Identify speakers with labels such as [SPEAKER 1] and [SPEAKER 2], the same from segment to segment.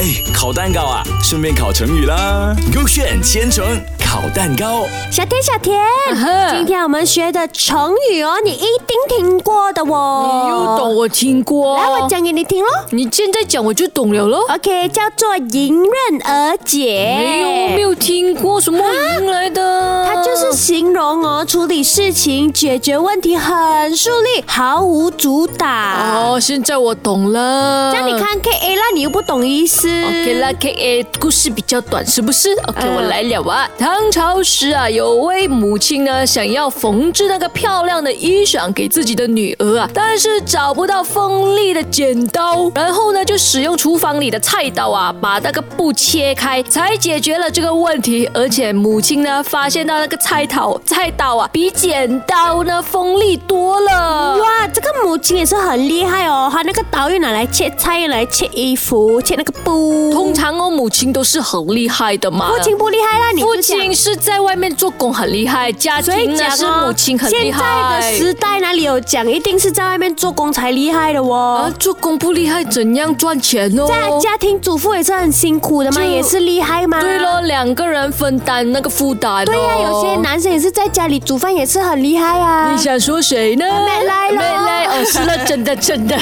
[SPEAKER 1] 哎，烤蛋糕啊，顺便烤成语啦。勾选千层烤蛋糕，
[SPEAKER 2] 小田，小 田
[SPEAKER 3] 啊，哈
[SPEAKER 2] 今天我们学的成语哦，你一定听过的哦。
[SPEAKER 3] 你又懂，我听过。
[SPEAKER 2] 来，我，讲给你听喽。
[SPEAKER 3] 你现在讲我就懂了咯。
[SPEAKER 2] OK，叫做迎刃而解。
[SPEAKER 3] 没有，我没有听过什么迎来的。
[SPEAKER 2] 它就是形容哦，处理事情、解决问题很顺利，毫无阻挡。
[SPEAKER 3] 哦，现在我懂了。
[SPEAKER 2] 这样你。看 K A 啦，你又不懂意思。
[SPEAKER 3] OK 啦，K A 故事比较短，是不是？OK，、
[SPEAKER 2] 嗯
[SPEAKER 3] 我来了啊。唐朝时啊，有位母亲呢，想要缝制那个漂亮的衣裳给自己的女儿啊，但是找不到锋利的剪刀，然后呢，就使用厨房里的菜刀啊，把那个布切开，才解决了这个问题。而且母亲呢，发现到那个菜刀菜刀啊，比剪刀呢锋利多了。
[SPEAKER 2] 哇，这个母亲也是很厉害哦，她那个刀又拿来切菜，又拿来切衣服，切那个布。
[SPEAKER 3] 通常哦，母亲都是很厉害的嘛。
[SPEAKER 2] 父亲不厉害啦，你
[SPEAKER 3] 父
[SPEAKER 2] 不讲
[SPEAKER 3] 亲是在外面做工很厉害，家
[SPEAKER 2] 所以
[SPEAKER 3] 庭呢
[SPEAKER 2] 讲
[SPEAKER 3] 是
[SPEAKER 2] 哦
[SPEAKER 3] 母亲很厉
[SPEAKER 2] 现在
[SPEAKER 3] 害。
[SPEAKER 2] 的时代哪里有讲一定是在外面做工才厉害的
[SPEAKER 3] 啊
[SPEAKER 2] 哦？，
[SPEAKER 3] 做工不厉害，怎样赚钱哦？
[SPEAKER 2] 在家庭主妇也是很辛苦的嘛，
[SPEAKER 3] 就
[SPEAKER 2] 也是厉害嘛。
[SPEAKER 3] 对咯，两个人分担那个负担、哦。
[SPEAKER 2] 对呀、有些。男生也是在家里煮饭，也是很厉害啊
[SPEAKER 3] 你。想说谁呢？
[SPEAKER 2] 妹来咯
[SPEAKER 3] 妹来哦，是了，真的真 的。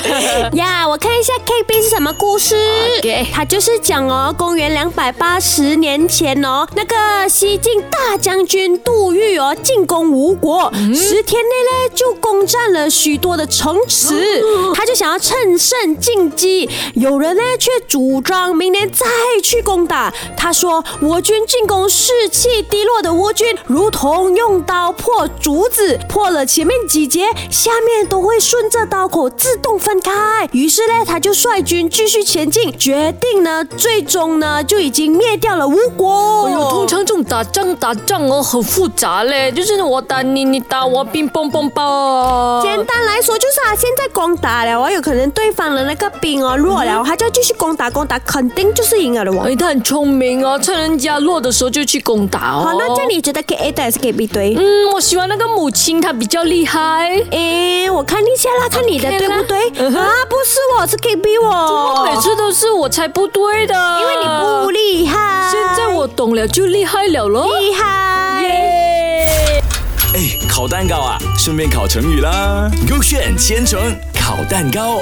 [SPEAKER 2] 呀我看一下 K B 是什么故事
[SPEAKER 3] OK
[SPEAKER 2] 他就是讲哦，公元两百八十年前哦，那个西晋大将军杜预哦进攻吴国，
[SPEAKER 3] 嗯
[SPEAKER 2] 十天内呢就攻占了许多的城池，
[SPEAKER 3] 哦
[SPEAKER 2] 他就想要趁胜进击。有人呢却主张明年再去攻打，他说我军进攻士气低落的吴军，如同用刀破竹子，破了前面几节，下面都会顺着刀口自动分开。于是呢，他就率军继续前进，决定呢，最终呢就已经灭掉了吴国。
[SPEAKER 3] 哎呦，通常这种打仗打仗哦，很复杂嘞，就是我打你，你打我，乒乓乓乓。
[SPEAKER 2] 简单来说就是啊，现在攻打了，啊我有可能对方的那个兵哦弱
[SPEAKER 3] 嗯
[SPEAKER 2] 了，他就要继续攻打攻打，肯定就是赢了的王。哦
[SPEAKER 3] 哎，他很聪明哦，趁人家弱的时候就去攻打哦。
[SPEAKER 2] 好，那这样你觉得 K A 的还是 K B 对？
[SPEAKER 3] 嗯，我喜欢那个母亲，她比较厉害。
[SPEAKER 2] 诶，我看一下啦，看你的
[SPEAKER 3] OK 啦
[SPEAKER 2] 对不对？
[SPEAKER 3] 嗯
[SPEAKER 2] 啊，不是我，是 K B 我。
[SPEAKER 3] 我每次都是我才不对的，
[SPEAKER 2] 哦因为你不。厉害。
[SPEAKER 3] 现在我懂了，就厉害了咯。
[SPEAKER 2] 厉害。
[SPEAKER 3] 耶！
[SPEAKER 1] 哎，烤蛋糕啊，顺便烤成语啦。勾选千层烤蛋糕。